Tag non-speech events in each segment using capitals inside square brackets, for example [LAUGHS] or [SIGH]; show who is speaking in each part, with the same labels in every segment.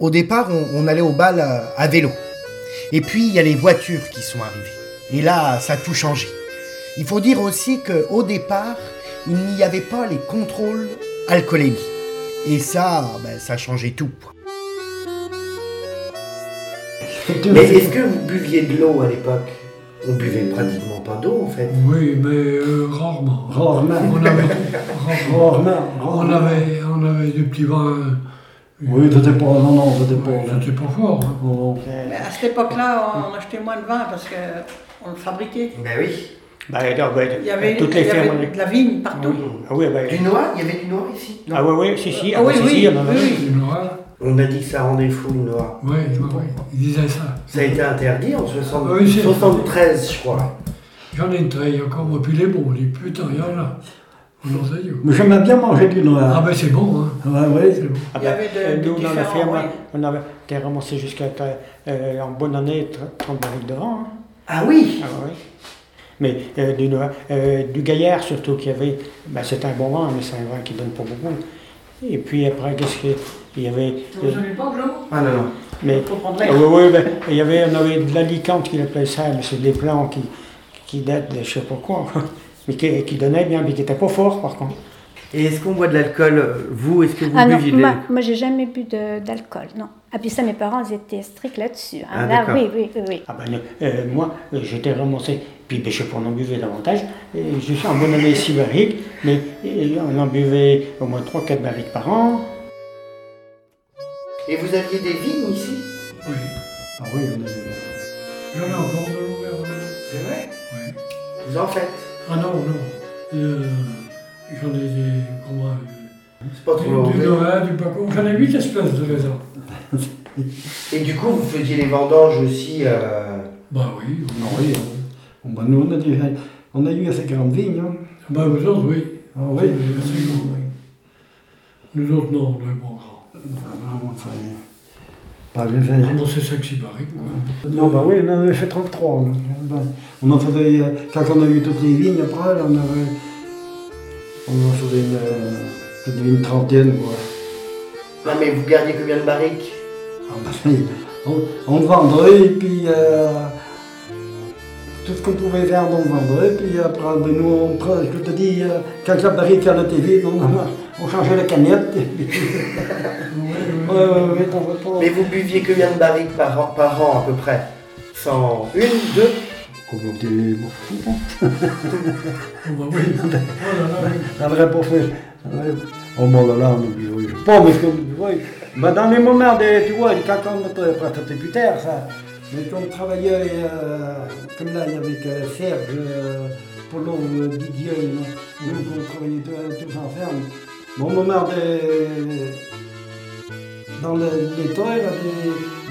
Speaker 1: Au départ, on, on allait au bal à, à vélo. Et puis, il y a les voitures qui sont arrivées. Et là, ça a tout changé. Il faut dire aussi qu'au départ, il n'y avait pas les contrôles alcoolémie. Et ça, ben, ça a changé tout.
Speaker 2: Mais est-ce que vous buviez de l'eau à l'époque On buvait pratiquement pas d'eau en fait.
Speaker 3: Oui, mais euh, rarement.
Speaker 4: Rarement.
Speaker 3: On avait,
Speaker 4: Rarement.
Speaker 3: on avait, on avait des petits vins.
Speaker 4: Oui, t'étais pas. Non, non, t'étais
Speaker 3: Ouais,
Speaker 4: pas.
Speaker 3: C'était pas fort. hein.
Speaker 4: Non, non.
Speaker 5: Mais à cette époque-là, on achetait moins de vin parce qu'on le fabriquait.
Speaker 2: Ben oui.
Speaker 6: Bah, alors, ouais,
Speaker 5: Il y avait,
Speaker 6: toutes les
Speaker 5: il y
Speaker 6: fermes.
Speaker 5: avait de la vigne partout.
Speaker 6: Ah oui, bah,
Speaker 2: Du noir, il y avait du noir ici
Speaker 6: ah oui, oui, si, si,
Speaker 5: Ah
Speaker 6: ah,
Speaker 5: oui,
Speaker 6: si,
Speaker 5: oui,
Speaker 6: si, on en avait.
Speaker 5: oui, oui.
Speaker 3: Les noirs.
Speaker 2: On a dit que ça rendait fou le noir.
Speaker 3: Oui, oui, oui. Ils disaient ça.
Speaker 2: Ça a été interdit en 60
Speaker 3: Ah oui, c'est-
Speaker 2: 73, je crois.
Speaker 3: J'en ai une taille encore, moi, puis les bons. On dit putain, il y en a. On en a dit.
Speaker 4: Mais j'aimais bien manger du
Speaker 3: Ah
Speaker 4: noir.
Speaker 3: ben c'est bon, hein.
Speaker 4: Ouais, ouais.
Speaker 3: C'est bon.
Speaker 6: Ah
Speaker 5: Il y avait de- de
Speaker 6: nous, dans la
Speaker 5: différents,
Speaker 6: ferme,
Speaker 5: ouais.
Speaker 6: on avait été ramassé jusqu'à euh, en bonne année 30 barils de vin. hein.
Speaker 2: Ah oui
Speaker 6: Ah oui. Mais euh, du, noir- euh, du gaillard surtout qu'il y avait, ben, c'était un bon vin, mais c'est un vin qui donne pas beaucoup. Et puis après, qu'est-ce qu'il y avait euh,
Speaker 5: Vous n'en avez pas de l'eau
Speaker 2: Ah non, non.
Speaker 6: mais,
Speaker 5: Faut prendre
Speaker 6: Ah
Speaker 5: l'air.
Speaker 6: oui, oui, ben, il y avait, on avait de l'alicante qui appelait ça, mais c'est des plants qui, qui datent de je sais pas quoi, [LAUGHS] mais qui, qui donnaient bien, mais qui n'étaient pas forts par contre.
Speaker 7: Et est-ce qu'on boit de l'alcool euh, Vous, est-ce que vous
Speaker 8: Ah non,
Speaker 7: buviez de
Speaker 8: moi,
Speaker 7: l'alcool
Speaker 8: moi j'ai jamais bu de- d'alcool, non. Ah puis ça, mes parents, ils étaient stricts là-dessus. hein.
Speaker 7: Ah,
Speaker 8: là,
Speaker 7: d'accord.
Speaker 8: oui, oui, oui, oui.
Speaker 6: Ah ben, euh, moi, euh, j'étais ramassé, puis ben, je sais pas, on en buvait davantage. Et je suis en bonne année 6 barriques, mais euh, on en buvait au moins 3-4 barriques par an.
Speaker 2: Et vous aviez des vignes ici
Speaker 3: Oui.
Speaker 4: Ah oui, on avait-
Speaker 3: J'en ai encore de l'eau verte.
Speaker 2: C'est vrai
Speaker 3: Ouais.
Speaker 2: Vous en faites
Speaker 3: Ah non, non. Euh, J'en ai des. Comment
Speaker 2: C'est pas
Speaker 3: euh,
Speaker 2: trop
Speaker 3: Du, du
Speaker 2: mauvais.
Speaker 3: Noël, du Paco. J'en ai huit espèces de raisins.
Speaker 2: Et du coup, vous faisiez les vendanges aussi. euh,
Speaker 3: Bah oui.
Speaker 4: Non, ah oui. on- on- bah, nous, on a, déjà, on a eu assez grandes vignes. Hein.
Speaker 3: Bah vous autres, oui.
Speaker 4: Ah
Speaker 3: Oui, c'est bon, oui. Nous autres, non, on est pas grand.
Speaker 4: Vraiment, enfin, pas bien fait.
Speaker 3: On bah, c'est 5-6 barriques, quoi.
Speaker 4: Non, bah oui, on en avait fait 33. on en avait- bah, On en faisait, euh, quand on a eu toutes les vignes après, là, on, avait, on en faisait une, euh, peut-être une trentaine. Quoi.
Speaker 2: Non, mais vous gardiez combien de barriques
Speaker 4: Ah, bah, oui, on, on vendait, et puis euh, tout ce qu'on pouvait faire, on vendait. Puis après, ben, nous, on, pre- je te dis, euh, quand la barrique elle était vide, on, on changeait la canette. [LAUGHS] et puis- ouais, ouais, ouais, t'en veux pas.
Speaker 2: Mais vous buviez combien de barriques par an, par an à peu près Sans une, deux
Speaker 4: Comment t'es- bon.
Speaker 3: Ah bah oui. Oh là là, oui.
Speaker 4: Ça devrait pas faire. Ça devrait- Oh mon là là, on oublie, oui. Je sais pas, mais ce qu'on oublie, oui. Bah, dans les moments de, tu vois, quand on était après, c'était plus tard, ça. Mais quand on travaillait, euh, comme là, il y avait que Serge, euh, Polo, euh, Didier, non donc on travaillait tous, tous ensemble. Bon, au moment de... Dans le- les terres,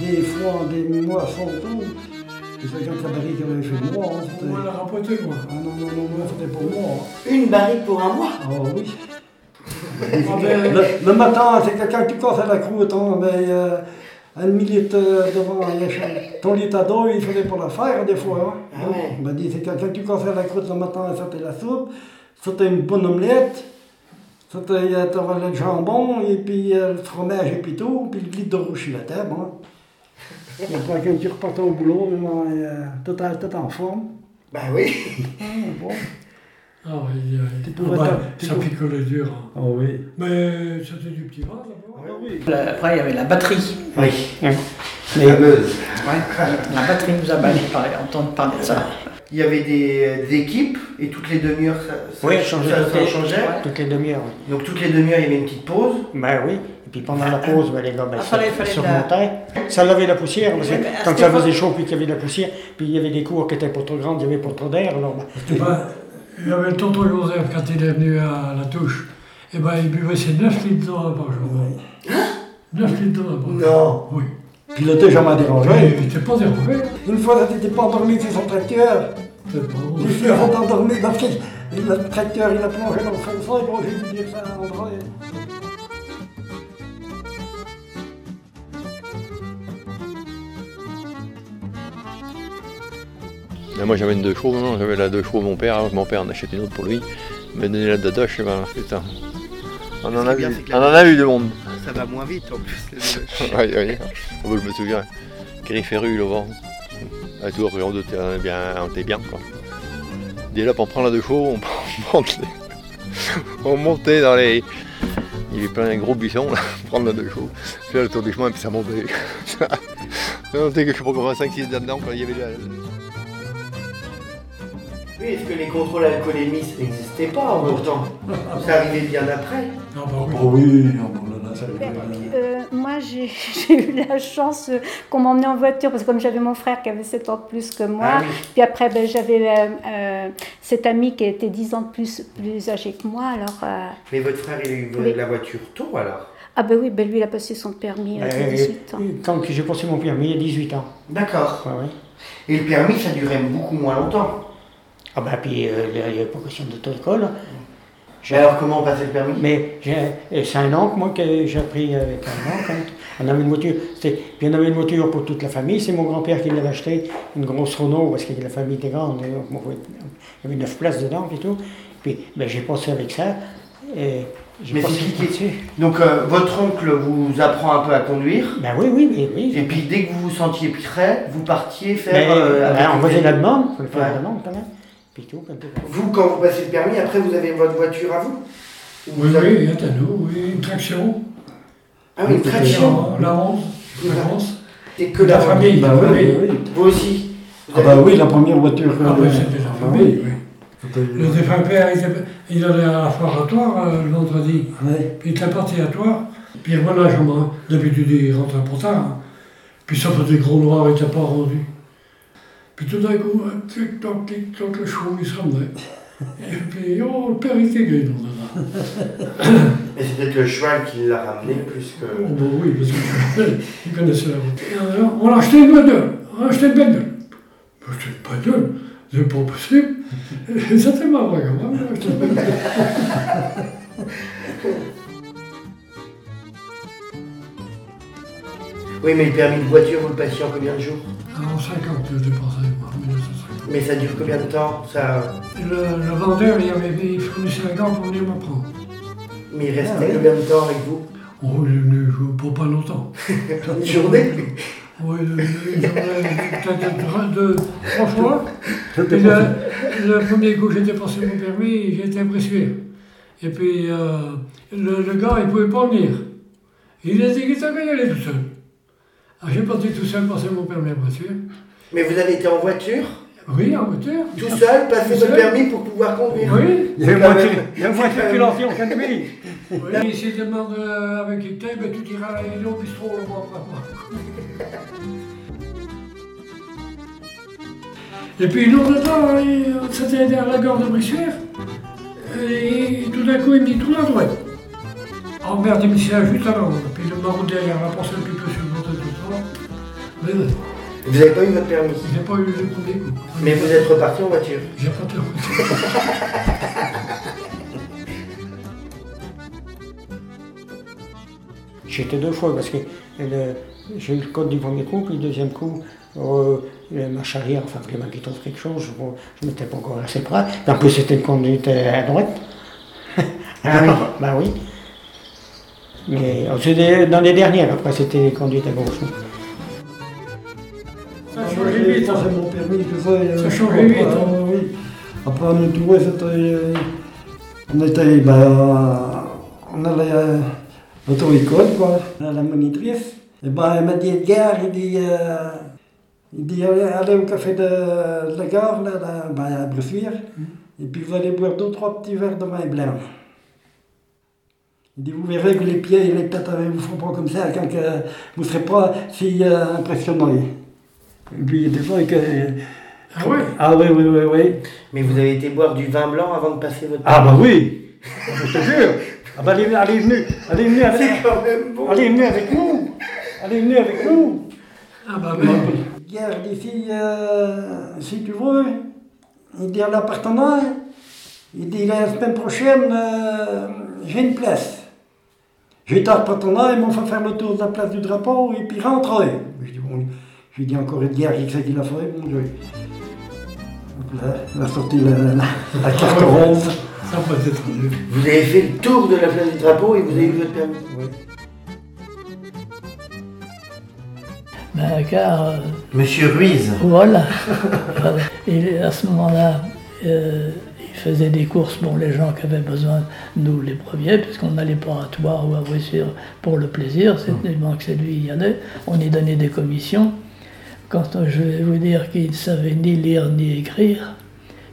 Speaker 4: des, des fois, des moissons, tout. Et c'est quand la barrique avait fait moi, hein,
Speaker 3: On
Speaker 4: c'était...
Speaker 3: va la rapporter, moi.
Speaker 4: Ah non, non, non, non, c'était pour moi. hein.
Speaker 2: Une barrique pour un mois
Speaker 4: Ah oui.
Speaker 3: Ah ben,
Speaker 4: Le, le matin, c'est que quand tu passes à la croûte, hein, ben, euh, une minute euh, devant la chambre, ton lit à dos, il fallait pour la faire des fois. Hein.
Speaker 2: Ah ouais.
Speaker 4: On m'a dit, c'est que quand tu passes à la croûte le matin, c'était la soupe, c'était une bonne omelette, c'était euh, t'avais le jambon, et puis euh, le fromage, et puis tout, puis le litre de rouge sur la table.
Speaker 2: [LAUGHS]
Speaker 4: Hein. Et après, quand tu repartais au boulot, ben, euh, t'étais t'étais en forme.
Speaker 2: Bah oui.
Speaker 4: Hum, bon.
Speaker 3: ah oui, oui.
Speaker 4: pourrais
Speaker 3: Ah bah,
Speaker 4: t'en- tu
Speaker 3: ça
Speaker 4: pourrais-
Speaker 3: picolait dur. hein.
Speaker 4: Ah oui.
Speaker 3: Mais c'était du petit vin, d'abord.
Speaker 5: Là, euh, Après, il y avait la batterie.
Speaker 2: Oui.
Speaker 6: hein. Mais-
Speaker 5: La batterie nous a bannis, par entendre parler de ça.
Speaker 2: Il y avait des, des équipes et toutes les demi-heures ça, ça-
Speaker 6: Oui, on changeait
Speaker 2: ça-
Speaker 6: de
Speaker 2: ça
Speaker 6: thé.
Speaker 2: changeait.
Speaker 6: Toutes les demi-heures, oui.
Speaker 2: Donc toutes les demi-heures il y avait une petite pause.
Speaker 6: Ben oui, et puis pendant la pause, ben, les gars, ben,
Speaker 5: Ah,
Speaker 6: ça-
Speaker 5: fallait- fallait
Speaker 6: ça
Speaker 5: de la-
Speaker 6: remontait. Ça lavait la poussière, parce que
Speaker 5: Oui, mais à
Speaker 6: quand
Speaker 5: cette
Speaker 6: ça
Speaker 5: époque-
Speaker 6: faisait chaud, puis qu'il y avait de la poussière, puis il y avait des cours qui étaient pas trop grandes, il y avait pas trop d'air, alors ben,
Speaker 3: Eh ben, il y avait le tonton Joseph quand il est venu à la touche. Et ben, il buvait ses 9 litres de vin par jour. 9 litres de vin par jour.
Speaker 2: Hein? Non.
Speaker 3: Oui.
Speaker 4: Puis le thé, jamais dérangé.
Speaker 3: Ouais, il était pas dérangé.
Speaker 4: Une fois, tu n'étais pas endormi sur son tracteur.
Speaker 3: Peut-être pas.
Speaker 4: Les filles sont endormies parce que le tracteur, il a plongé dans le fond de sang, il a obligé de dire ça à André.
Speaker 9: Et moi j'avais une deux chevaux, non, j'avais la deux chevaux de mon père, avant que mon père en achète une autre pour lui. Il m'a donné la dadache, et ben putain. On en, a
Speaker 2: qui est bien,
Speaker 9: vu,
Speaker 2: c'est que
Speaker 9: on
Speaker 2: la-
Speaker 9: en a vu du monde.
Speaker 7: ça
Speaker 2: Ça
Speaker 7: va moins vite en plus. les nouvelles.
Speaker 9: [LAUGHS] Oui, oui. Oh, bah, je me souviens. Grifferu, le vent. À tour, on était bien, on était bien, quoi. Dès là, on prend la deux chevaux, on, prend- on [LAUGHS] monte les- [LAUGHS] on montait dans les... Il y avait plein de gros buissons, là, [LAUGHS] pour prendre la deux chevaux. Puis là, le tour du chemin, puis ça montait. [LAUGHS] ça montait que je sais pas combien, 5-6 dedans, quoi. Il y avait la-
Speaker 2: Oui, est-ce que les contrôles alcoolémistes n'existaient pas hein, pourtant Ça arrivait bien après.
Speaker 3: Non, bah oui.
Speaker 4: oui, oh, là, là, ça,
Speaker 8: Ben, euh, moi, j'ai [LAUGHS] j'ai eu la chance euh, qu'on m'emmenait en voiture, parce que comme j'avais mon frère qui avait 7 ans de plus que moi,
Speaker 2: Ah oui.
Speaker 8: puis après, ben, j'avais euh, euh, cet ami qui était 10 ans de plus, plus âgé que moi, alors... euh,
Speaker 2: Mais votre frère, il a eu
Speaker 8: Oui.
Speaker 2: la voiture tôt alors
Speaker 8: ah ben oui, ben lui, il a passé son permis
Speaker 7: Ah,
Speaker 8: à
Speaker 6: Euh,
Speaker 8: 18 ans.
Speaker 6: Quand j'ai passé mon permis, il y a 18 ans.
Speaker 2: D'accord.
Speaker 5: Ah
Speaker 6: Ouais, ouais.
Speaker 2: Et le permis, ça durait beaucoup moins longtemps.
Speaker 6: Ah bah puis, euh, il n'y avait pas question d'auto-école.
Speaker 2: Mais alors, comment on passait le permis
Speaker 6: Mais j'ai- et c'est un oncle, moi, que j'ai appris avec un oncle. hein. On avait une voiture, c'était- puis on avait une voiture pour toute la famille. C'est mon grand-père qui l'avait acheté, une grosse Renault, parce que la famille était grande. hein. Donc, mon- Il y avait neuf places dedans et tout. Puis ben, j'ai passé avec ça. Et j'ai
Speaker 2: Mais
Speaker 6: passé-
Speaker 2: c'est qui qui est dessus Donc, euh, votre oncle vous apprend un peu à conduire.
Speaker 6: Ben oui, oui, oui. oui.
Speaker 2: Et puis, dès que vous vous sentiez prêt, vous partiez
Speaker 6: Mais,
Speaker 2: faire. euh,
Speaker 6: ben,
Speaker 2: avec
Speaker 6: on
Speaker 2: les-
Speaker 6: faisait la demande, on faisait
Speaker 2: Ouais.
Speaker 6: la demande quand même. Puis tout, quand tout.
Speaker 2: Vous, quand vous passez le permis, après, vous avez votre voiture à vous Ou
Speaker 3: Oui,
Speaker 2: vous
Speaker 3: oui,
Speaker 2: avez-
Speaker 3: il était nous, oui, une traction.
Speaker 2: Ah oui, très chiant.
Speaker 3: La 11,
Speaker 2: Ouais.
Speaker 3: la 11.
Speaker 2: Et que
Speaker 3: La
Speaker 2: la
Speaker 3: famille,
Speaker 4: Bah
Speaker 3: la
Speaker 4: oui,
Speaker 3: famille.
Speaker 4: oui.
Speaker 2: Vous aussi.
Speaker 4: Ah bah oui, la première voiture.
Speaker 3: Ah
Speaker 4: euh,
Speaker 3: oui, c'était la
Speaker 4: ah bah
Speaker 3: famille, oui.
Speaker 4: C'était-
Speaker 3: Le défunt père, il était- il allait à la foire à Toire euh, le vendredi.
Speaker 4: Ouais.
Speaker 3: Puis il était parti à Toire. Puis voilà, je me... d'habitude, il rentrait pour tard. hein. Puis ça faisait gros noir, il n'était pas rendu. Puis tout d'un coup, euh, tic-toc, tic-toc, le chevaux, il se ramenait. Et puis, oh, le père, il était gay, non, là, là.
Speaker 2: Mais c'est peut-être le cheval qui l'a ramené plus que.
Speaker 3: Oh, bah oui, parce que il connaissait la route. Et alors, on a acheté une bagnole, on a acheté une bagnole. Mais acheté une bagnole, c'est pas possible. Et ça, c'est marrant, quand même, on a acheté une bagnole.
Speaker 2: Oui, mais le permis de voiture, vous le passiez en combien de jours
Speaker 3: En 50, je dépensais, moi, en 1950.
Speaker 2: Mais ça dure combien de temps ça...
Speaker 3: Le, le vendeur, il avait il fournissait un gant pour venir me prendre.
Speaker 2: Mais il
Speaker 6: Ah
Speaker 2: restait combien de temps avec vous
Speaker 3: Oh, il est venu jouer pour pas longtemps.
Speaker 2: [LAUGHS] Une journée
Speaker 3: Oui, il est venu, il est venu peut-être trois- deux, trois fois.
Speaker 4: C'était
Speaker 3: Et
Speaker 4: pas-
Speaker 3: le, le premier coup, j'ai dépensé mon permis, j'étais pressuaire. Et puis, euh, le, le gars, il pouvait pas venir. Il a dit qu'il savait aller tout seul. Alors, j'ai parti tout seul passer mon permis à voiture.
Speaker 2: Mais vous avez été en voiture
Speaker 3: Oui, en voiture.
Speaker 2: Tout seul, passer
Speaker 3: Tout
Speaker 2: votre
Speaker 3: seul.
Speaker 2: permis pour pouvoir conduire
Speaker 3: Oui.
Speaker 4: Il y a une voiture- il y a une voiture qui l'enfile en train de lui.
Speaker 3: Oui, s'il demande euh, avec qui t'es, ben, tu diras, il est au bistrot le mois après moi. [LAUGHS] Et puis, l'autre temps, hein, il- c'était derrière la gare de Bressuire, et tout d'un coup, il me dit tout à droite. Emmerde, Ah, il me s'est juste avant. Puis, le maraud derrière, la personne qui peut se monter tout le temps. Mais non,
Speaker 2: Vous n'avez pas eu votre permis
Speaker 3: j'ai pas eu le premier coup.
Speaker 2: Mais vous êtes reparti en voiture
Speaker 3: J'ai pas de
Speaker 6: J'étais deux fois parce que le- j'ai eu le code du premier coup, puis le deuxième coup, euh, le- ma charrière, enfin, que qui trouve quelque chose, je, je m'étais pas encore assez près. En plus, c'était une conduite euh, à droite. [LAUGHS] ah oui Ben oui. Mais euh, c'était dans les dernières, après, c'était les conduites à gauche.
Speaker 3: Ça a changé vite, hein.
Speaker 4: Ça, c'est mon permis, tout ça, il y a-
Speaker 3: Ça change vite, hein.
Speaker 4: Ah, oui. Après, on est touré, c'était. euh, On était. bah, euh, on allait euh, à l'auto-école, quoi. À La monitrice. Et ben, elle m'a dit Edgar, il dit. euh, il dit allez, allez au café de, de la gare, là, là, ben, à Bressuire.
Speaker 2: Mm.
Speaker 4: Et puis vous allez boire deux, trois petits verres de vin blanc. Il dit, vous verrez que les pieds, et les pattes, euh, vous feront pas comme ça quand que vous serez pas si euh, impressionnés. Et puis des fois que...
Speaker 3: Ah ouais
Speaker 4: Ah oui, oui, oui, oui.
Speaker 2: Mais vous avez été boire du vin blanc avant de passer votre
Speaker 4: Ah bah oui Je te jure Ah bah elle est venue, elle est venue, elle est venue avec,
Speaker 2: C'est quand même bon
Speaker 4: elle est venue avec nous Elle est venue avec nous
Speaker 3: Ah bah merde.
Speaker 4: Regarde, ici, euh, si tu veux, il dit à l'appartement, il dit la semaine prochaine, euh, j'ai une place. J'ai été à l'appartement, ils m'ont fait faire le tour de la place du drapeau et puis rentrer. Je dis, bon, je lui dis encore Edgar, il sait qu'il a fait, bon Dieu. Donc là, il a sorti la, la- la carte rose.
Speaker 3: Ça peut être nul.
Speaker 2: Vous avez fait le tour de la place du drapeau et vous avez eu votre permis
Speaker 10: Ben, car, euh,
Speaker 2: Monsieur Ruiz.
Speaker 10: voilà. [LAUGHS] Et à ce moment-là, euh, il faisait des courses pour les gens qui avaient besoin, nous les premiers, puisqu'on n'allait pas à Toire ou à Voici pour le plaisir,
Speaker 2: Hmm.
Speaker 10: c'était que c'est lui, il y en a. On y donnait des commissions. Quand euh, je vais vous dire qu'il ne savait ni lire ni écrire,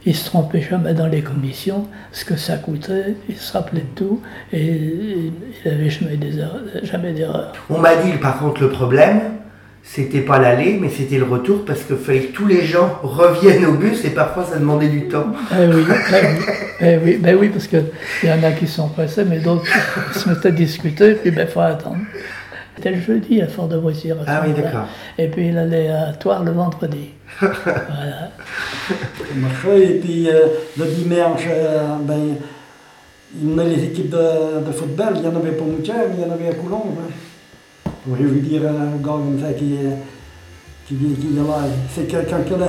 Speaker 10: il se trompait jamais dans les commissions, ce que ça coûtait, il se rappelait de tout, et il n'avait jamais des erreurs- jamais d'erreur.
Speaker 2: On m'a dit par contre le problème, c'était pas l'aller, mais c'était le retour parce que fallait que tous les gens reviennent au bus et parfois ça demandait du temps.
Speaker 10: Eh oui, eh oui, eh oui, ben oui, parce qu'il y en a qui sont pressés, mais d'autres qui se mettent à discuter, puis ben faut attendre. C'était le jeudi à Fort de Boissière. à ce
Speaker 2: Ah oui,
Speaker 10: moment-là.
Speaker 2: d'accord.
Speaker 10: Et puis il allait à Toire le vendredi. voilà.
Speaker 4: On marchait, et puis euh, le dimanche, euh, ben, il menait les équipes de, de football, il y en avait pour Moutière, il y en avait à Coulomb. hein. Moi, Je vais vous dire un gars comme ça qui, euh, qui vient qui vient là, c'est que quand que le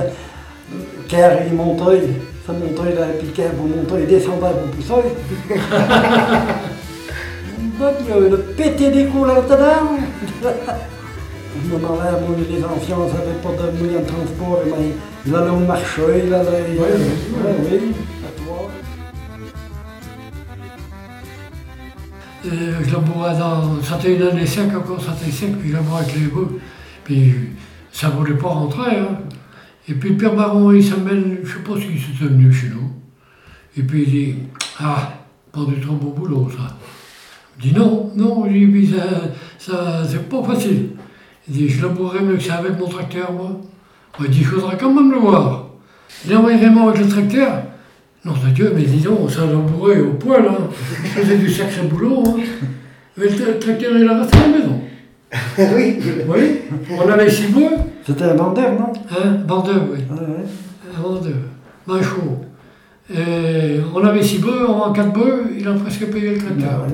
Speaker 4: car il montait, ça montait là, puis car vous montez, il descendait, vous poussez. Donc, il a pété des coups là-dedans. Je me demandais, moi, les enfants n'avaient pas de moyens de transport, mais ils allaient au marché, ils allaient... Oui, oui, à toi.
Speaker 3: Et Euh, je labourais dans. C'était une année sec encore, c'était sec, puis je labourais avec les bœufs. Puis ça ne voulait pas rentrer. hein. Et puis le père Baron, il s'amène, je ne sais pas s'il s'était venu chez nous. Et puis il dit Ah, pas du trop beau boulot ça. Je dis Non, non, il dit, Mais ça, ça, c'est pas facile. Il dit Je labourerais mieux que ça avec mon tracteur, moi. Ouais, Il dit Je voudrais quand même le voir. Il envoyé vraiment avec le tracteur. Non, de Dieu, mais dis donc, ça labourait au poil, hein. Je faisais du sacré boulot, hein. Mais le tra- tracteur, il a resté à la maison.
Speaker 2: oui.
Speaker 3: Oui, on allait chez moi,
Speaker 4: C'était un bandeur, non
Speaker 3: hein, bandeur, oui.
Speaker 4: Ouais, ouais.
Speaker 3: Avant de Machaud. Et on avait six bœufs, on en quatre bœufs, il a presque payé le
Speaker 4: Ah,
Speaker 3: tracteur.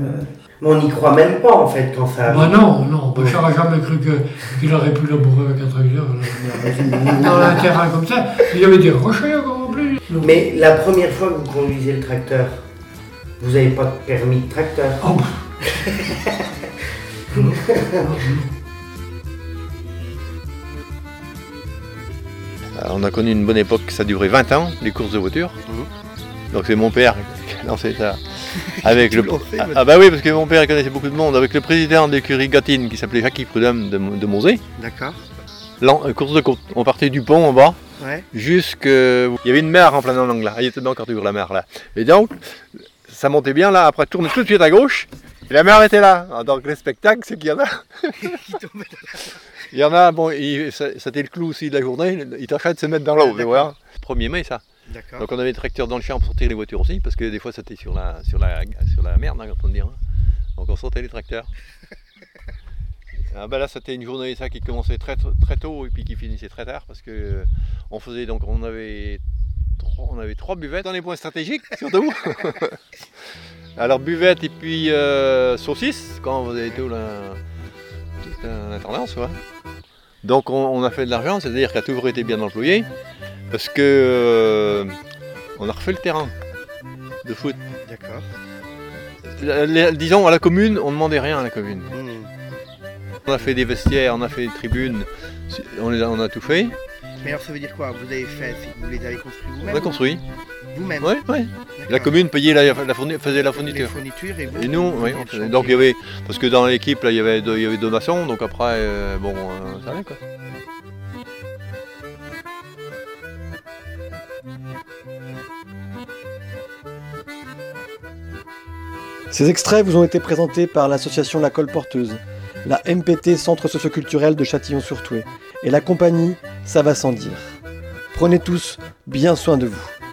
Speaker 2: Mais on n'y croit même pas en fait quand ça
Speaker 3: Bah
Speaker 2: arrive.
Speaker 3: non, non, Bachar n'a jamais cru que- qu'il aurait pu labourer avec un tracteur là. dans un terrain comme ça. Il y avait des rochers encore en plus.
Speaker 2: Mais la première fois que vous conduisez le tracteur, vous n'avez pas de permis de tracteur.
Speaker 3: Oh,
Speaker 9: Euh, On a connu une bonne époque, ça a duré 20 ans, les courses de voitures. Donc c'est mon père qui a
Speaker 7: [LAUGHS]
Speaker 9: lancé ça. Avec
Speaker 7: Mhm. Tu
Speaker 9: le...
Speaker 7: l'as fait,
Speaker 9: ah,
Speaker 7: maintenant.
Speaker 9: ah bah oui, parce que mon père il connaissait beaucoup de monde. Avec le président de l'écurie Gatine qui s'appelait Jackie Prudhomme de, de Monzé,
Speaker 7: D'accord.
Speaker 9: l'an- euh, course de côte. On partait du pont en bas
Speaker 7: Ouais.
Speaker 9: jusque... Il y avait une mare en plein dans l'angle là. Ah, Il y a tellement encore toujours la mare là. Et donc, ça montait bien là. Après, tourner tout de suite à gauche. Et la mare était là. Ah, Donc le spectacle, c'est qu'il y en a... Il y en a, bon, il- ça- c'était le clou aussi de la journée. Ils t'achètent de se mettre dans l'eau, tu vois. 1er mai ça.
Speaker 7: D'accord.
Speaker 9: Donc on avait des tracteurs dans le champ pour sortir les voitures aussi, parce que des fois c'était sur la, sur la, sur la merde, hein, quand on dit. hein. Donc on sortait les tracteurs. Ah ben là c'était une journée ça qui commençait très, très tôt et puis qui finissait très tard parce que euh, on faisait donc on avait trois, on avait trois buvettes dans les points stratégiques surtout. Alors buvette et puis euh, saucisse quand vous avez tout la- toute l'intendance ouais. Donc on, on a fait de l'argent, c'est-à-dire qu'à toujours été bien employé parce que euh, on a refait le terrain de foot.
Speaker 7: D'accord.
Speaker 9: La- la- disons à la commune, on ne demandait rien à la commune.
Speaker 7: Hmm.
Speaker 9: On a fait des vestiaires, on a fait des tribunes, on, les a, on a tout fait.
Speaker 7: Mais alors ça veut dire quoi Vous avez fait, c'est que vous les avez construits
Speaker 9: On
Speaker 7: vous-même
Speaker 9: a construit.
Speaker 7: Vous-même
Speaker 9: Ouais, ouais.
Speaker 7: D'accord.
Speaker 9: La commune payait la, la fourni- faisait la
Speaker 7: Les
Speaker 9: fourniture.
Speaker 7: fournitures et vous
Speaker 9: Et nous,
Speaker 7: vous
Speaker 9: oui,
Speaker 7: faisiez
Speaker 9: on
Speaker 7: le
Speaker 9: faisait.
Speaker 7: chantier.
Speaker 9: donc il y avait parce que dans l'équipe là, il y avait deux, il y avait deux maçons, donc après euh, bon, euh, ça allait quoi.
Speaker 11: Ces extraits vous ont été présentés par l'association La Colporteuse, la MPT Centre socioculturel de Châtillon-sur-Toué et la compagnie Ça va sans dire. Prenez tous bien soin de vous.